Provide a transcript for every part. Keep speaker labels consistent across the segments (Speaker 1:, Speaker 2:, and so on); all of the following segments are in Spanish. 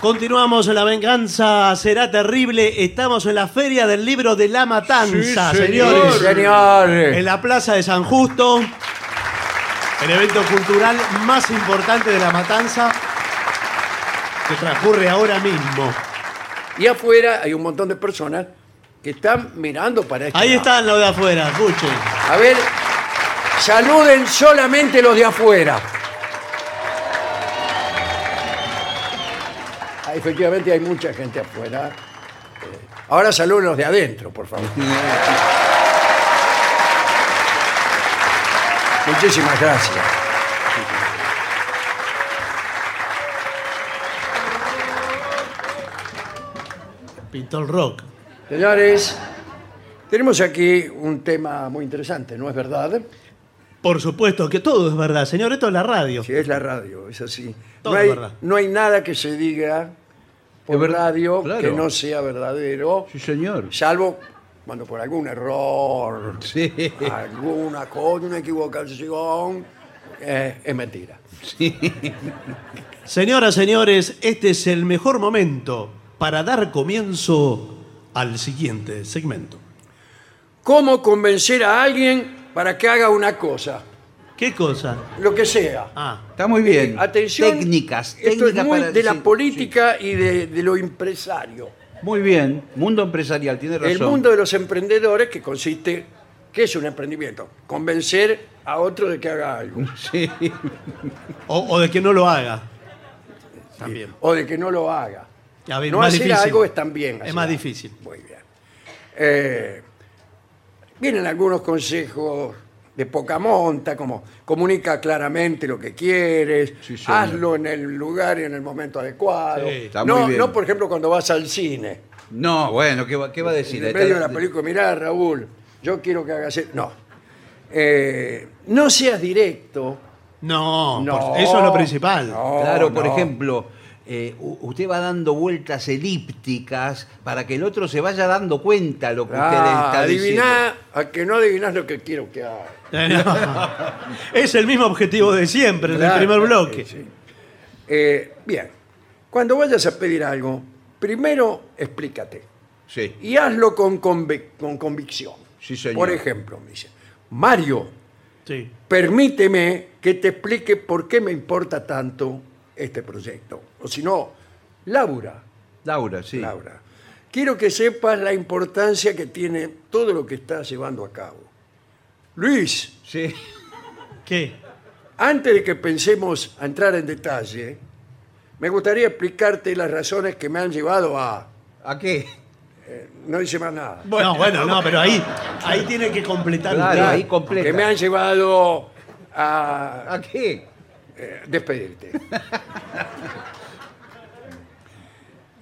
Speaker 1: Continuamos en la venganza, será terrible. Estamos en la feria del libro de La Matanza,
Speaker 2: Sí,
Speaker 1: señores.
Speaker 2: señor.
Speaker 1: En la plaza de San Justo, el evento cultural más importante de La Matanza que transcurre ahora mismo.
Speaker 2: Y afuera hay un montón de personas que están mirando para este
Speaker 1: Ahí
Speaker 2: lado.
Speaker 1: están los de afuera, escuchen.
Speaker 2: A ver, saluden solamente los de afuera. Ah, Efectivamente hay mucha gente afuera. Eh, Ahora saluden los de adentro, por favor. Muchísimas gracias.
Speaker 1: Pintol Rock.
Speaker 2: Señores, tenemos aquí un tema muy interesante, ¿no es verdad?
Speaker 1: Por supuesto que todo es verdad, señor. Esto es la radio.
Speaker 2: Sí, es la radio, es así.
Speaker 1: Todo
Speaker 2: no, hay,
Speaker 1: es verdad.
Speaker 2: no hay nada que se diga por
Speaker 3: Es ver-
Speaker 2: radio
Speaker 3: claro.
Speaker 2: que no sea verdadero,
Speaker 3: Sí, señor.
Speaker 2: salvo cuando por algún error,
Speaker 3: Sí,
Speaker 2: alguna cosa, una equivocación, eh, es mentira.
Speaker 1: Señoras, señores, este es el mejor momento para dar comienzo al siguiente segmento.
Speaker 2: ¿Cómo convencer a alguien para que haga una cosa?
Speaker 1: ¿Qué cosa?
Speaker 2: Lo que sea.
Speaker 1: Ah,
Speaker 3: está muy bien.
Speaker 2: Atención,
Speaker 3: Técnicas.
Speaker 2: Esto es
Speaker 3: técnicas
Speaker 2: muy
Speaker 3: para-
Speaker 2: de la
Speaker 3: sí,
Speaker 2: política y de, de lo empresario.
Speaker 3: sí. Muy bien. Mundo empresarial, tiene razón.
Speaker 2: El mundo de los emprendedores que consiste, ¿qué es un emprendimiento? Convencer a otro de que haga algo.
Speaker 3: Sí.
Speaker 1: o, o de que no lo haga. También.
Speaker 2: O de que no lo haga.
Speaker 1: Ya ven,
Speaker 2: no
Speaker 1: más
Speaker 2: hacer
Speaker 1: difícil.
Speaker 2: algo es también. hacer
Speaker 1: más
Speaker 2: algo.
Speaker 1: difícil.
Speaker 2: Muy bien. Eh, vienen algunos consejos de poca monta, como comunica claramente lo que quieres,
Speaker 3: Sí, señor.
Speaker 2: hazlo en el lugar y en el momento adecuado.
Speaker 1: Sí.
Speaker 3: Está
Speaker 2: no,
Speaker 3: muy bien.
Speaker 2: no, por ejemplo, cuando vas al cine,
Speaker 3: No, bueno, ¿qué va, qué va a decir?
Speaker 2: en el medio de la película, mirá, Raúl, yo quiero que hagas... e-". No. Eh, no seas directo.
Speaker 1: No,
Speaker 2: No,
Speaker 1: por- eso es lo principal.
Speaker 2: no,
Speaker 3: Claro, por
Speaker 2: no.
Speaker 3: ejemplo, eh, u- usted va dando vueltas elípticas para que el otro se vaya dando cuenta lo que
Speaker 2: Ah,
Speaker 3: usted le está
Speaker 2: adiviná, a que no adivinás lo que quiero que haga.
Speaker 1: Eh, no. es el mismo objetivo de siempre, en
Speaker 2: Claro,
Speaker 1: el primer
Speaker 2: sí,
Speaker 1: bloque.
Speaker 2: sí. Eh, bien, cuando vayas a pedir algo, primero explícate
Speaker 3: diciendo. Sí.
Speaker 2: y hazlo con, convic- con convicción.
Speaker 3: Sí, señor.
Speaker 2: Por ejemplo, me dice, Mario,
Speaker 1: Sí.
Speaker 2: permíteme que te explique por qué me importa tanto este proyecto. O si no, Laura,
Speaker 3: Laura, sí.
Speaker 2: Laura, quiero que sepas la importancia que tiene todo lo que estás llevando a cabo. Luis,
Speaker 3: Sí.
Speaker 1: ¿Qué?
Speaker 2: Antes de que pensemos a entrar en detalle, me gustaría explicarte las razones que me han llevado a...
Speaker 3: ¿A qué?
Speaker 2: No dice más nada.
Speaker 1: no, bueno, no, pero ahí, ahí tiene que completar.
Speaker 3: Claro,
Speaker 1: usted.
Speaker 3: ahí completa.
Speaker 2: Que me han llevado a
Speaker 3: ¿A qué?
Speaker 2: eh, despedirte.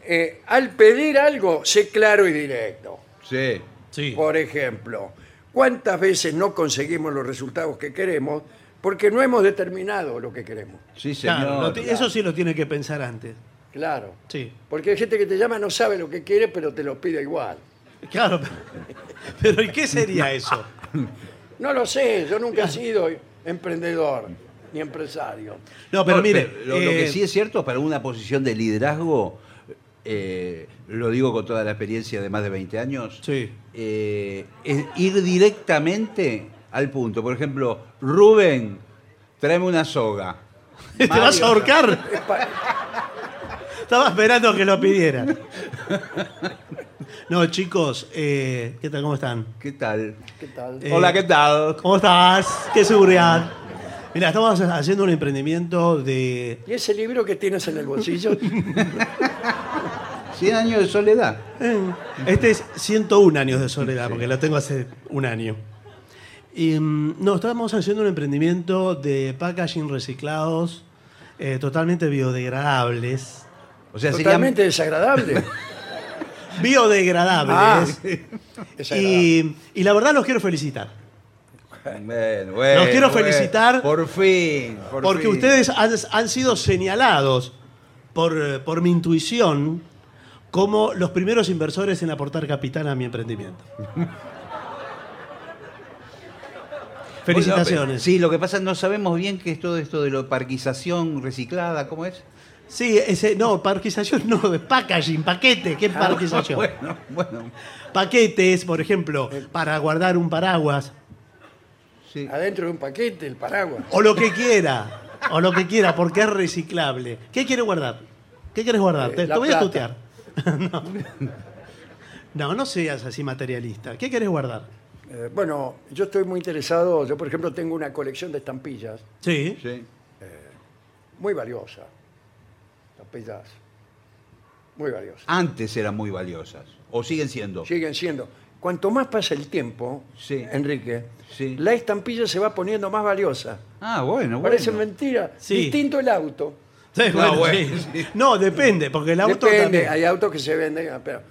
Speaker 2: Eh, al pedir algo, sé claro y directo.
Speaker 3: Sí.
Speaker 1: Sí.
Speaker 2: Por ejemplo, ¿cuántas veces no conseguimos los resultados que queremos porque no hemos determinado lo que queremos?
Speaker 3: Sí, señor.
Speaker 1: Claro, lo ti- eso sí lo tiene que pensar antes.
Speaker 2: Claro.
Speaker 1: Sí.
Speaker 2: Porque hay gente que te llama, no sabe lo que quiere, pero te lo pide igual.
Speaker 1: Claro, pero ¿y qué sería eso?
Speaker 2: No lo sé, yo nunca he sido emprendedor ni empresario.
Speaker 1: No, pero
Speaker 3: No,
Speaker 1: mire,
Speaker 3: pero lo, lo
Speaker 1: eh,
Speaker 3: que sí es cierto, para una posición de liderazgo, eh, lo digo con toda la experiencia de más de 20 años,
Speaker 1: Sí.
Speaker 3: eh, es ir directamente al punto. Por ejemplo, Rubén, tráeme una soga.
Speaker 1: te vas a ahorcar.
Speaker 2: Es pa-
Speaker 1: Estaba esperando que lo pidiera. No, chicos, eh, ¿qué tal? ¿Cómo están?
Speaker 3: ¿Qué tal?
Speaker 2: ¿Qué tal?
Speaker 1: Eh,
Speaker 3: Hola, ¿qué tal?
Speaker 1: ¿Cómo estás? ¡Qué seguridad! Mira, estamos haciendo un emprendimiento de.
Speaker 2: ¿Y ese libro que tienes en el bolsillo?
Speaker 3: 100 años de soledad.
Speaker 1: Este es 101 años de soledad, porque lo tengo hace un año. Y, mm, no, estamos haciendo un emprendimiento de packaging reciclados eh, totalmente biodegradables.
Speaker 3: O sea, sería-
Speaker 2: Totalmente desagradable.
Speaker 1: Biodegradables.
Speaker 2: Ah, desagradable.
Speaker 1: y, y la verdad los quiero felicitar.
Speaker 3: Bueno, bueno,
Speaker 1: Los quiero
Speaker 3: bueno.
Speaker 1: felicitar.
Speaker 3: Por fin. por
Speaker 1: Porque
Speaker 3: fin.
Speaker 1: ustedes han, han sido señalados por, eh, por mi intuición como los primeros inversores en aportar capital a mi emprendimiento.
Speaker 3: Bueno,
Speaker 1: Felicitaciones.
Speaker 3: Sí, lo que pasa es que no sabemos bien qué es todo esto de la parquización reciclada, ¿cómo es?
Speaker 1: Sí, ese, no, parquización no, de packaging, paquete, ¿qué es parquización?
Speaker 3: Ah, Bueno, bueno.
Speaker 1: Paquetes, por ejemplo, para guardar un paraguas,
Speaker 3: Sí.
Speaker 2: Adentro de un paquete, el paraguas.
Speaker 1: o lo que quiera, o lo que quiera, porque es reciclable. ¿Qué quiere guardar? ¿Qué quieres guardar?
Speaker 2: Eh,
Speaker 1: Te,
Speaker 2: la
Speaker 1: te voy a
Speaker 2: plata.
Speaker 1: tutear. no. no, no seas así materialista. ¿Qué quieres guardar?
Speaker 2: Eh, bueno, yo estoy muy interesado. Yo, por ejemplo, tengo una colección de estampillas
Speaker 1: Sí.
Speaker 3: Sí.
Speaker 2: muy valiosa. Estampillas muy valiosas.
Speaker 3: Antes eran muy valiosas. O siguen siendo.
Speaker 2: Siguen siendo. Cuanto más pasa el tiempo,
Speaker 3: Sí.
Speaker 2: Enrique,
Speaker 3: Sí.
Speaker 2: la estampilla se va poniendo más valiosa.
Speaker 3: Ah, bueno, bueno.
Speaker 2: Parece mentira.
Speaker 1: Sí.
Speaker 2: Distinto el auto.
Speaker 1: Sí,
Speaker 3: No,
Speaker 1: bueno,
Speaker 3: bueno,
Speaker 1: sí.
Speaker 3: sí.
Speaker 1: No, depende, porque el auto
Speaker 2: Depende,
Speaker 1: también.
Speaker 2: hay autos que se venden, ah, pero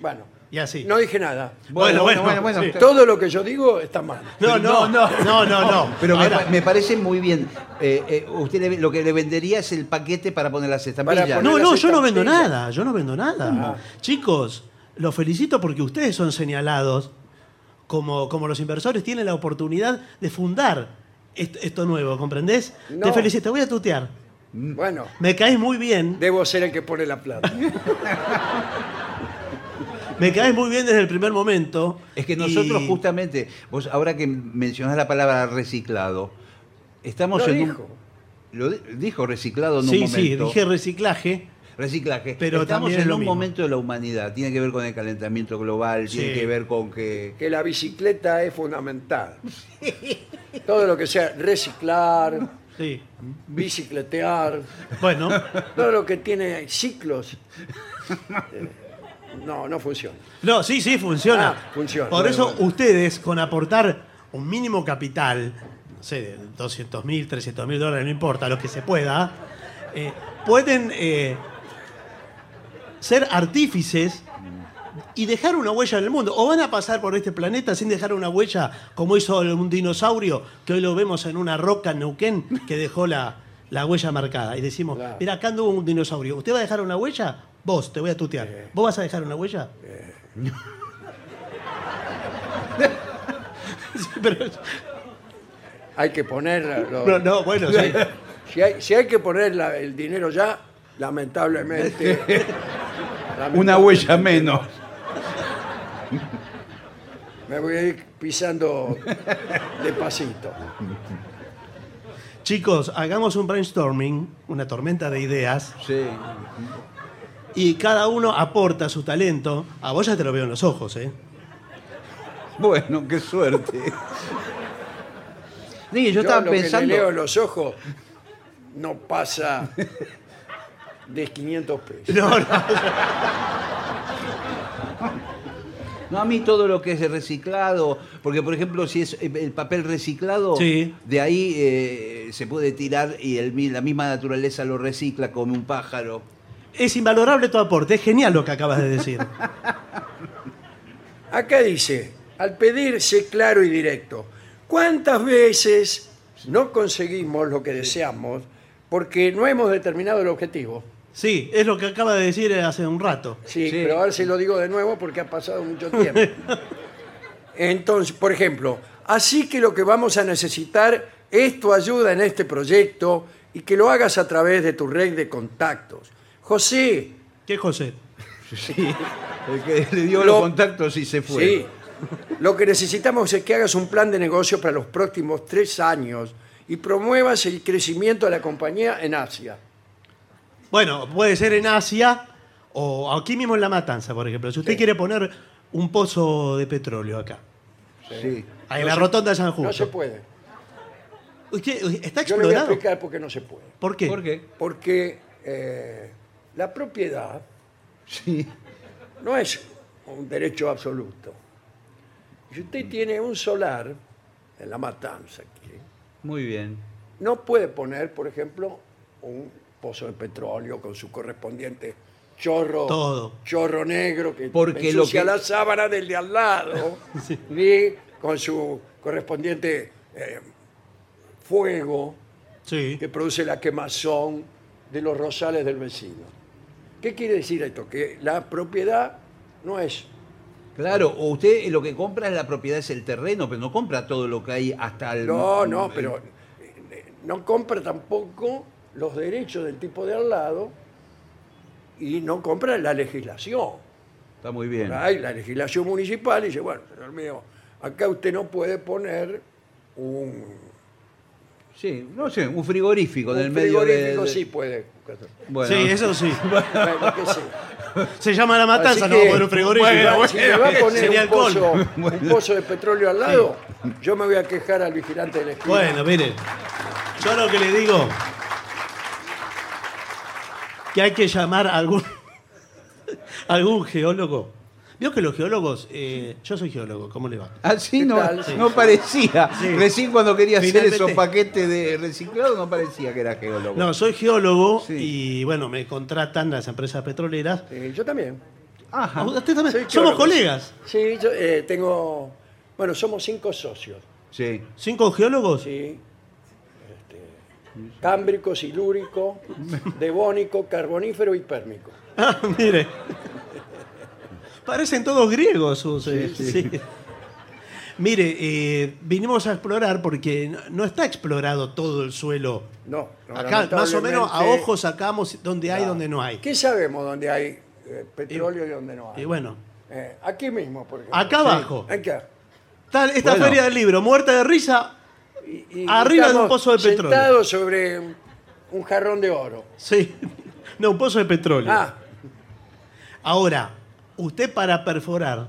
Speaker 2: bueno.
Speaker 1: Y así.
Speaker 2: No dije nada.
Speaker 3: Bueno, bueno, bueno,
Speaker 1: Bueno,
Speaker 3: bueno.
Speaker 1: sí.
Speaker 2: Todo lo que yo digo está mal.
Speaker 1: No, no, no, no, no, no.
Speaker 3: Pero me,
Speaker 1: Ahora,
Speaker 3: pa- me parece muy bien. Eh, eh, usted le- lo que le vendería es el paquete para poner las estampillas.
Speaker 2: Para poner-
Speaker 1: No,
Speaker 2: las
Speaker 1: no, yo no vendo
Speaker 2: estampillas.
Speaker 1: nada, yo no vendo nada. Chicos, los felicito porque ustedes son señalados como, como los inversores tienen la oportunidad de fundar est- esto nuevo, ¿comprendés?
Speaker 2: No.
Speaker 1: Te felicito, te voy a tutear. Mm.
Speaker 2: Bueno,
Speaker 1: Me caes muy bien,
Speaker 2: debo ser el que pone la plata.
Speaker 1: me caes muy bien desde el primer momento.
Speaker 3: Es que nosotros
Speaker 1: y-
Speaker 3: justamente, vos ahora que mencionás la palabra reciclado, estamos
Speaker 2: Lo
Speaker 3: en un-
Speaker 2: dijo.
Speaker 3: Lo di- dijo reciclado en un
Speaker 1: Sí, sí,
Speaker 3: momento.
Speaker 1: dije reciclaje.
Speaker 3: reciclaje.
Speaker 1: Pero
Speaker 3: estamos
Speaker 1: también es
Speaker 3: en
Speaker 1: lo
Speaker 3: un
Speaker 1: mismo.
Speaker 3: momento de la humanidad. Tiene que ver con el calentamiento global,
Speaker 1: Sí.
Speaker 3: tiene que ver con que
Speaker 2: Que la bicicleta es fundamental. Todo lo que sea reciclar,
Speaker 1: Sí.
Speaker 2: bicicletear,
Speaker 1: Bueno,
Speaker 2: todo lo que tiene ciclos. eh, No, no funciona.
Speaker 1: no, sí, sí, funciona.
Speaker 2: Ah, funciona.
Speaker 1: Por
Speaker 2: Bueno,
Speaker 1: eso
Speaker 2: bueno.
Speaker 1: ustedes, con aportar un mínimo capital, no sé, de 200 mil, 300 mil dólares, no importa, lo que se pueda, eh, pueden eh, ser artífices y dejar una huella en el mundo. O van a pasar por este planeta sin dejar una huella, como hizo un dinosaurio, que hoy lo vemos en una roca en Neuquén, que dejó la, la huella marcada. Y decimos,
Speaker 2: Claro.
Speaker 1: mira, acá anduvo un dinosaurio. ¿Usted va a dejar una huella? Vos, te voy a tutear. ¿Vos vas a dejar una huella? Sí, pero-
Speaker 2: Hay que poner... lo-
Speaker 1: no, no, bueno, sí.
Speaker 2: Si, hay, si hay que poner la- el dinero ya, lamentablemente...
Speaker 3: una
Speaker 2: lamentablemente,
Speaker 3: huella menos.
Speaker 2: Me voy a ir pisando despacito.
Speaker 1: Chicos, hagamos un brainstorming, una tormenta de ideas,
Speaker 3: Sí.
Speaker 1: y cada uno aporta su talento. A vos ya te lo veo en los ojos, ¿eh?
Speaker 3: Bueno, qué suerte. Sí, yo,
Speaker 2: Yo,
Speaker 3: estaba
Speaker 2: lo que
Speaker 3: pensando.
Speaker 2: le leo en los ojos no pasa de 500 pesos.
Speaker 1: No, no.
Speaker 3: No, a mí todo lo que es reciclado, porque por ejemplo, si es eh, el papel reciclado,
Speaker 1: Sí.
Speaker 3: de ahí eh, se puede tirar y el mi- la misma naturaleza lo recicla como un pájaro.
Speaker 1: Es invalorable tu aporte, es genial lo que acabas de decir.
Speaker 2: Acá dice, al pedirse claro y directo, ¿cuántas veces no conseguimos lo que deseamos porque no hemos determinado el objetivo?
Speaker 1: Sí, es lo que acaba de decir hace un rato.
Speaker 2: Sí,
Speaker 3: Sí.
Speaker 2: pero ahora sí lo digo de nuevo porque ha pasado mucho tiempo. Entonces, por ejemplo, así que lo que vamos a necesitar es tu ayuda en este proyecto y que lo hagas a través de tu red de contactos. José,
Speaker 1: ¿Qué José?
Speaker 3: Sí. El que le dio
Speaker 2: Lo-
Speaker 3: los contactos y se fue.
Speaker 2: sí, lo que necesitamos es que hagas un plan de negocio para los próximos tres años y promuevas el crecimiento de la compañía en Asia.
Speaker 1: Bueno, puede ser en Asia o aquí mismo en La Matanza, por ejemplo. Si usted quiere poner un pozo de petróleo acá,
Speaker 3: Sí.
Speaker 1: en la rotonda de San
Speaker 2: No se
Speaker 1: Justo.
Speaker 2: puede.
Speaker 1: Usted- está
Speaker 2: Yo le voy a
Speaker 1: explorado.
Speaker 2: explicar por qué no se puede.
Speaker 1: ¿Por qué?
Speaker 3: ¿Por qué?
Speaker 2: Porque eh, la propiedad
Speaker 3: Sí.
Speaker 2: no es un derecho absoluto. Si usted tiene un solar en la matanza, aquí,
Speaker 3: Muy bien.
Speaker 2: no puede poner, por ejemplo, un pozo de petróleo con su correspondiente chorro,
Speaker 1: Todo.
Speaker 2: chorro negro que
Speaker 3: Porque lo
Speaker 2: ensucia
Speaker 3: que-
Speaker 2: la sábana del de al lado, ni con su correspondiente eh, fuego
Speaker 1: Sí.
Speaker 2: que produce la quemazón de los rosales del vecino. ¿Qué quiere decir esto? Que la propiedad no es
Speaker 3: Claro, o usted lo que compra es la propiedad, es el terreno, pero no compra todo lo que hay hasta el.
Speaker 2: No, no, pero eh, no compra tampoco los derechos del tipo de al lado y no compra la legislación.
Speaker 3: Está muy bien.
Speaker 2: Hay la legislación municipal y dice, bueno, señor mío, acá usted no puede poner un,
Speaker 3: Sí, no sé, un frigorífico en el
Speaker 2: un
Speaker 3: medio de-
Speaker 2: frigorífico,
Speaker 3: de-
Speaker 2: sí puede.
Speaker 3: Bueno,
Speaker 1: Sí, eso sí.
Speaker 2: Bueno, qué sé yo.
Speaker 1: Se llama la matanza,
Speaker 2: Así
Speaker 1: no
Speaker 2: que,
Speaker 1: va a poner un frigorífico.
Speaker 2: bueno, si me va a poner
Speaker 1: sería
Speaker 2: un
Speaker 1: alcohol.
Speaker 2: pozo, un pozo de petróleo al lado, yo me voy a quejar al vigilante de la esquina.
Speaker 1: Bueno, mire, yo lo que le digo que hay que llamar a algún, algún geólogo. Vio que los geólogos, eh, yo soy geólogo, ¿cómo le va?
Speaker 3: Así
Speaker 2: ¿Qué
Speaker 3: no,
Speaker 2: tal? Sí.
Speaker 3: no parecía.
Speaker 1: Sí.
Speaker 3: Recién cuando quería
Speaker 1: Finalmente.
Speaker 3: hacer esos paquetes de reciclado no parecía que era geólogo.
Speaker 1: No, soy geólogo
Speaker 3: Sí.
Speaker 1: y bueno, me contratan las empresas petroleras.
Speaker 2: Eh, yo también.
Speaker 1: Ah,
Speaker 3: Ajá.
Speaker 1: usted también-
Speaker 2: Soy
Speaker 1: Somos
Speaker 2: geólogo.
Speaker 1: colegas.
Speaker 2: Sí, yo eh, tengo... Bueno, somos cinco socios,
Speaker 3: Sí.
Speaker 1: ¿Cinco geólogos?
Speaker 2: ¿sí? Este, cámbrico, silúrico, devónico, carbonífero y pérmico.
Speaker 1: Ah, mire. Parecen todos griegos sus. eh,
Speaker 3: Sí,
Speaker 1: sí. Mire, eh, vinimos a explorar porque no- no está explorado todo el suelo.
Speaker 2: No, no,
Speaker 1: Acá, más o menos, a
Speaker 2: lamentablemente-
Speaker 1: ojo sacamos donde hay, donde no hay.
Speaker 2: ¿Qué sabemos dónde hay eh, petróleo y, dónde no hay?
Speaker 1: Y bueno,
Speaker 2: Eh, aquí mismo, por ejemplo.
Speaker 1: acá abajo.
Speaker 2: Acá.
Speaker 1: Tal- esta
Speaker 3: Bueno.
Speaker 1: feria del libro, muerta de risa.
Speaker 2: Y- y
Speaker 1: Arriba de un
Speaker 2: estamos
Speaker 1: pozo de petróleo.
Speaker 2: sentados sobre un jarrón de oro.
Speaker 1: Sí. No, un pozo de petróleo.
Speaker 2: Ah,
Speaker 1: Ahora, usted para perforar.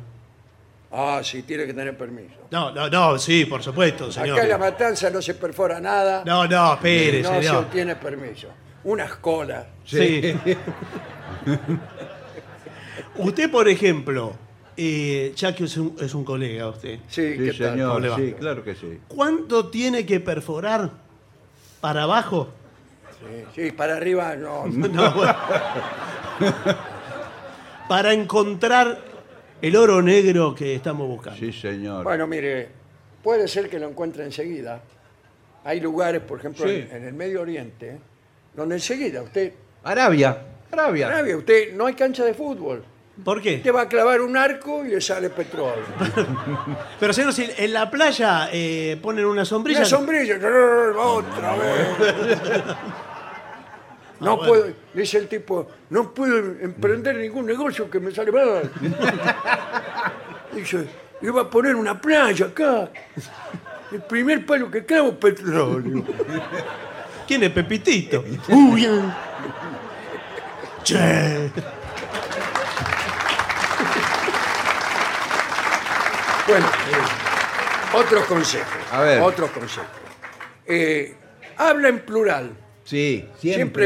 Speaker 2: ah, sí, tiene que tener permiso.
Speaker 1: No, no, no, sí, por supuesto, señor.
Speaker 2: Acá en la matanza no se perfora nada.
Speaker 1: No, no, espere,
Speaker 2: no se
Speaker 1: señor.
Speaker 2: obtiene permiso. Unas colas.
Speaker 1: Sí. usted, por ejemplo, eh, ya que es un, es un colega usted,
Speaker 2: Sí,
Speaker 3: Sí,
Speaker 2: ¿qué tal?
Speaker 3: señor,
Speaker 1: ¿Cómo le va?
Speaker 3: sí, claro que sí.
Speaker 1: ¿cuánto tiene que perforar para abajo?
Speaker 2: Sí, sí, para arriba no.
Speaker 1: No, bueno. para encontrar el oro negro que estamos buscando.
Speaker 3: Sí, señor.
Speaker 2: Bueno, mire, puede ser que lo encuentre enseguida. Hay lugares, por ejemplo,
Speaker 3: Sí.
Speaker 2: en, en el Medio Oriente, donde enseguida usted,
Speaker 3: Arabia. Arabia.
Speaker 2: Arabia, usted no hay cancha de fútbol.
Speaker 1: ¿Por qué?
Speaker 2: Usted va a clavar un arco y le sale petróleo.
Speaker 1: Pero señor, si en la playa eh, ponen una sombrilla.
Speaker 2: Una sombrilla, ¡grrr! otra vez. No puedo, dice el tipo, no puedo emprender ningún negocio que me sale mal. Dice, iba a poner una playa acá. El primer palo que clavo, petróleo.
Speaker 1: ¿Quién es Pepitito? Uy, eh. Che.
Speaker 2: Bueno, eh, otros consejos.
Speaker 3: A ver.
Speaker 2: Otros consejos. Eh, habla en plural.
Speaker 3: Sí,
Speaker 2: Siempre,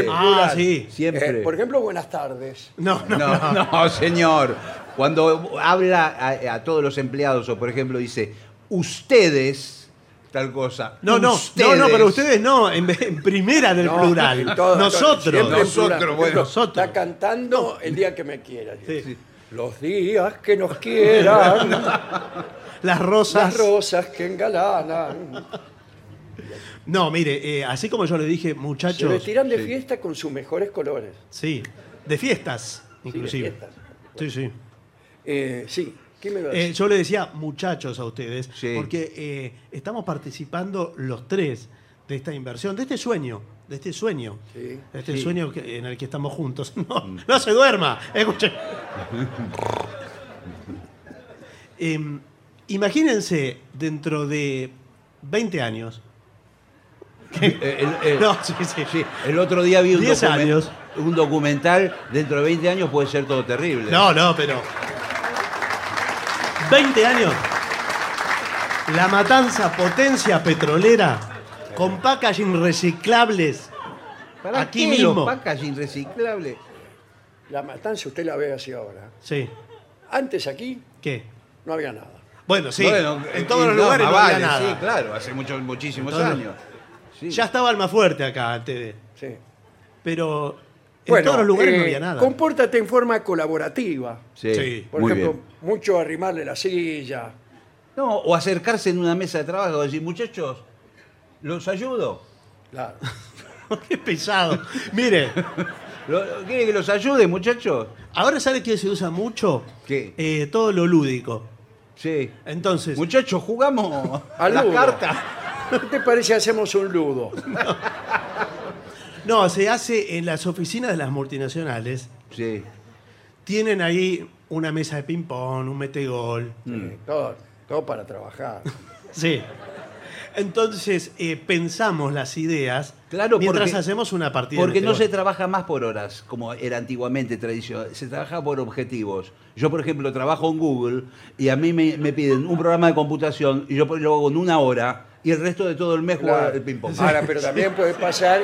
Speaker 3: siempre.
Speaker 2: en
Speaker 1: Ah,
Speaker 2: plural.
Speaker 1: sí.
Speaker 3: Siempre.
Speaker 2: Eh, por ejemplo, buenas tardes.
Speaker 1: No, no,
Speaker 3: No,
Speaker 1: no.
Speaker 3: no, señor. Cuando habla a, a todos los empleados o, por ejemplo, dice, ustedes, tal cosa.
Speaker 1: No, no, no,
Speaker 3: ustedes".
Speaker 1: no, pero ustedes no, en, vez- en primera del
Speaker 2: No,
Speaker 1: plural.
Speaker 2: en todo, en todo,
Speaker 1: nosotros.
Speaker 2: siempre en
Speaker 3: Nosotros,
Speaker 2: plural.
Speaker 3: bueno.
Speaker 1: Nosotros.
Speaker 2: Está cantando el día que me quiera.
Speaker 1: Sí.
Speaker 2: Los días que nos quieran,
Speaker 1: Las rosas.
Speaker 2: las rosas que engalanan.
Speaker 1: no, mire, eh, así como yo le dije,
Speaker 2: Se
Speaker 1: muchachos.
Speaker 2: vestirán de
Speaker 3: sí.
Speaker 2: fiesta con sus mejores colores.
Speaker 1: Sí, de fiestas, inclusive.
Speaker 2: fiestas.
Speaker 1: Sí, sí.
Speaker 2: Eh, sí, ¿qué me va a
Speaker 1: Eh,
Speaker 2: decir?
Speaker 1: yo le decía muchachos a ustedes,
Speaker 3: Sí.
Speaker 1: porque eh, estamos participando los tres de esta inversión, de este sueño, de este sueño,
Speaker 2: Sí.
Speaker 1: de este
Speaker 3: Sí.
Speaker 1: sueño que- en el que estamos juntos. No, no se duerma, escuche. Em, imagínense dentro de 20 años.
Speaker 3: Eh, el- el-
Speaker 1: No, sí, sí.
Speaker 3: sí, el otro día vi un,
Speaker 1: Diez
Speaker 3: documen-
Speaker 1: años.
Speaker 3: un documental, dentro de 20 años puede ser todo terrible.
Speaker 1: No, no, pero. 20 años. La matanza potencia petrolera con packaging reciclables.
Speaker 3: ¿Para
Speaker 1: aquí
Speaker 3: qué
Speaker 1: mismo.
Speaker 3: los packaging reciclables?
Speaker 2: La matanza usted la ve así ahora.
Speaker 1: Sí.
Speaker 2: Antes aquí
Speaker 1: ¿Qué?
Speaker 2: no había nada.
Speaker 1: Bueno, sí.
Speaker 3: Bueno,
Speaker 1: en
Speaker 3: eh,
Speaker 1: todos los
Speaker 3: no,
Speaker 1: lugares
Speaker 3: más
Speaker 1: no había
Speaker 3: vale,
Speaker 1: nada.
Speaker 3: Sí, claro, hace muchos, muchísimos
Speaker 1: Entonces,
Speaker 3: años. Sí.
Speaker 1: Ya estaba alma fuerte acá antes de.
Speaker 2: Sí.
Speaker 1: Pero en
Speaker 2: Bueno,
Speaker 1: todos los lugares no
Speaker 2: eh,
Speaker 1: había nada.
Speaker 2: Compórtate en forma colaborativa.
Speaker 3: Sí,
Speaker 1: Sí.
Speaker 2: Por
Speaker 3: muy
Speaker 2: ejemplo,
Speaker 3: bien.
Speaker 2: mucho arrimarle la silla.
Speaker 3: No, o acercarse en una mesa de trabajo y decir, muchachos, ¿los ayudo?
Speaker 2: Claro.
Speaker 1: Qué pesado. Mire,
Speaker 3: ¿Lo- ¿Quieren que los ayude, muchachos?
Speaker 1: ahora sabe que se usa mucho
Speaker 3: ¿Qué?
Speaker 1: Eh, todo lo lúdico.
Speaker 3: Sí.
Speaker 1: Entonces,
Speaker 3: Muchachos, jugamos
Speaker 2: Al
Speaker 3: las
Speaker 2: ludo.
Speaker 3: cartas.
Speaker 2: ¿Qué te parece hacemos un ludo?
Speaker 1: no, se hace en las oficinas de las multinacionales.
Speaker 3: Sí.
Speaker 1: Tienen ahí una mesa de ping-pong, un metegol.
Speaker 2: Sí, Eh, todo, todo para trabajar.
Speaker 1: Sí. Entonces eh, pensamos las ideas
Speaker 3: Claro,
Speaker 1: mientras
Speaker 3: porque-
Speaker 1: hacemos una partida. de
Speaker 3: Porque no
Speaker 1: metegol.
Speaker 3: se trabaja más por horas, como era antiguamente tradicional, se trabaja por objetivos. Yo, por ejemplo, trabajo en Google y a mí me, me piden un programa de computación y yo lo hago en una hora y el resto de todo el mes juego
Speaker 2: Claro.
Speaker 3: el ping-pong.
Speaker 2: Ahora, pero también puede pasar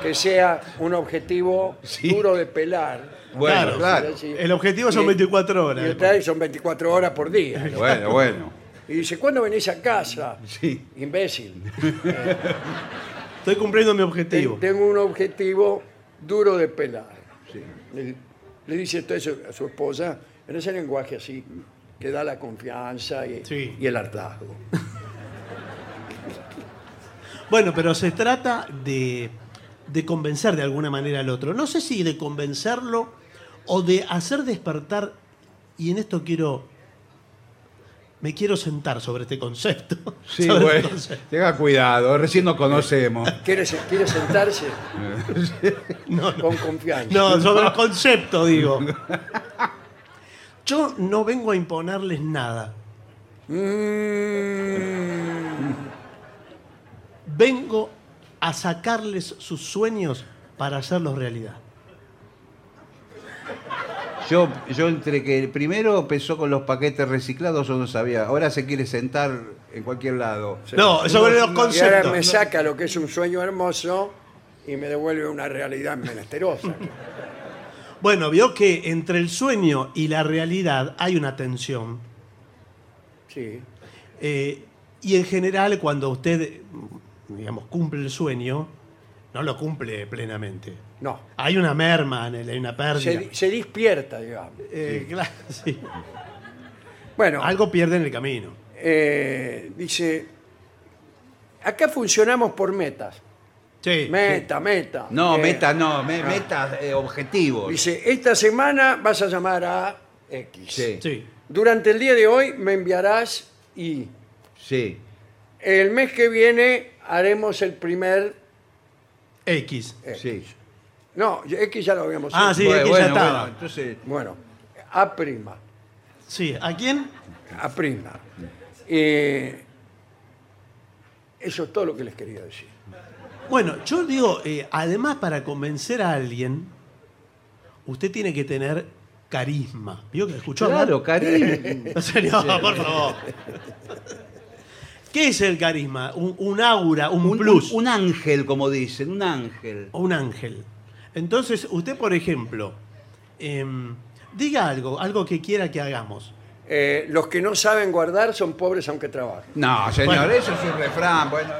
Speaker 2: que sea un objetivo duro de pelar.
Speaker 3: Bueno,
Speaker 1: Claro,
Speaker 3: claro.
Speaker 2: Es decir,
Speaker 1: El objetivo son
Speaker 2: y-
Speaker 1: 24 horas.
Speaker 2: Y el traje son 24 horas por día.
Speaker 3: Bueno, bueno.
Speaker 2: Y dice, ¿cuándo venís a casa?
Speaker 3: Sí.
Speaker 2: Imbécil.
Speaker 1: Estoy cumpliendo mi
Speaker 3: Eh,
Speaker 2: Ten-
Speaker 1: objetivo.
Speaker 2: tengo un objetivo duro de pelar.
Speaker 3: Sí.
Speaker 2: Le, le dice esto a su, a su esposa en ese lenguaje así que da la confianza y,
Speaker 1: Sí.
Speaker 2: y el hartazgo.
Speaker 1: Bueno, pero se trata de, de convencer de alguna manera al otro. No sé si de convencerlo o de hacer despertar, y en esto quiero, me quiero sentar sobre este concepto. sobre este concepto.
Speaker 3: Tenga cuidado, recién nos conocemos.
Speaker 2: ¿Quiere, se- quiere sentarse
Speaker 1: No, no.
Speaker 2: con confianza?
Speaker 1: No, sobre el concepto digo. Yo no vengo a imponerles nada.
Speaker 2: Mm,
Speaker 1: Vengo a sacarles sus sueños para hacerlos realidad.
Speaker 3: Yo, yo entre que primero empezó con los paquetes reciclados, yo no sabía. Ahora se quiere sentar en cualquier lado.
Speaker 1: No, sobre los
Speaker 2: y ahora me
Speaker 1: conceptos.
Speaker 2: saca lo que es un sueño hermoso y me devuelve una realidad menesterosa.
Speaker 1: Bueno, vio que entre el sueño y la realidad hay una tensión.
Speaker 2: Sí.
Speaker 1: Eh, y en general, cuando usted, digamos, cumple el sueño, no lo cumple plenamente.
Speaker 2: No.
Speaker 1: Hay una merma, en él, hay una pérdida.
Speaker 2: Se, se despierta, digamos.
Speaker 1: Eh, claro, sí.
Speaker 2: Bueno,
Speaker 1: Algo pierde en el camino.
Speaker 2: eh, dice, acá funcionamos por metas.
Speaker 1: Sí.
Speaker 2: Meta, meta.
Speaker 3: No,
Speaker 2: Eh,
Speaker 3: meta no, me-
Speaker 2: ah.
Speaker 3: meta eh, objetivos.
Speaker 2: Dice, esta semana vas a llamar a X.
Speaker 3: Sí,
Speaker 1: Sí.
Speaker 2: Durante el día de hoy me enviarás Y.
Speaker 3: sí.
Speaker 2: El mes que viene haremos el primer...
Speaker 1: X.
Speaker 2: X.
Speaker 3: sí.
Speaker 2: No, X ya lo habíamos
Speaker 1: Ah,
Speaker 2: hecho.
Speaker 1: sí, X ya estaba.
Speaker 3: entonces,
Speaker 2: Bueno, A prima.
Speaker 1: Sí. ¿A quién?
Speaker 2: A prima. Eh, eso es todo lo que les quería decir.
Speaker 1: Bueno, yo digo, eh, además para convencer a alguien, usted tiene que tener carisma. ¿Vio que escuchó hablar?
Speaker 3: claro, Karim.
Speaker 1: No, señor, por favor. ¿Qué es el carisma? Un, un aura, un,
Speaker 3: un,
Speaker 1: plus
Speaker 3: un- un ángel, como dicen, un ángel.
Speaker 1: o un ángel. Entonces, usted, por ejemplo, em, diga algo, algo que quiera que hagamos.
Speaker 2: Eh, los que no saben guardar son pobres aunque trabajen.
Speaker 3: No, señor,
Speaker 1: Bueno.
Speaker 3: eso es un refrán. Bueno,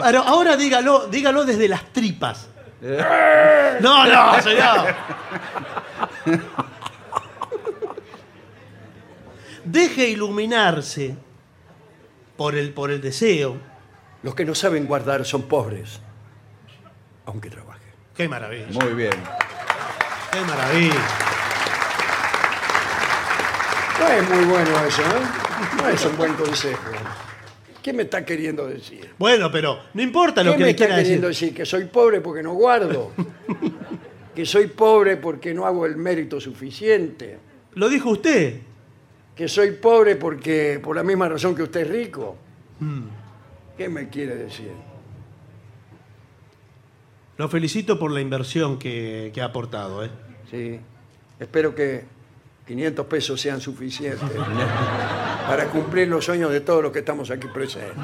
Speaker 1: Pero ahora dígalo, dígalo desde las tripas. No, no, señor. Deje iluminarse por el, por el deseo.
Speaker 2: Los que no saben guardar son pobres aunque trabajen.
Speaker 1: Qué maravilla.
Speaker 3: muy bien.
Speaker 1: Qué maravilla.
Speaker 2: No es muy bueno eso, ¿eh? No es un buen consejo. ¿Qué me está queriendo decir?
Speaker 1: Bueno, pero no importa
Speaker 2: ¿Qué
Speaker 1: lo que
Speaker 2: me
Speaker 1: le
Speaker 2: está
Speaker 1: quiera decir.
Speaker 2: queriendo decir? Que soy pobre porque no guardo. que soy pobre porque no hago el mérito suficiente.
Speaker 1: Lo dijo usted.
Speaker 2: Que soy pobre porque por la misma razón que usted es rico. ¿Qué me quiere decir?
Speaker 1: Lo felicito por la inversión que, que ha aportado. ¿eh?
Speaker 2: Sí. Espero que 500 pesos sean suficientes para cumplir los sueños de todos los que estamos aquí presentes.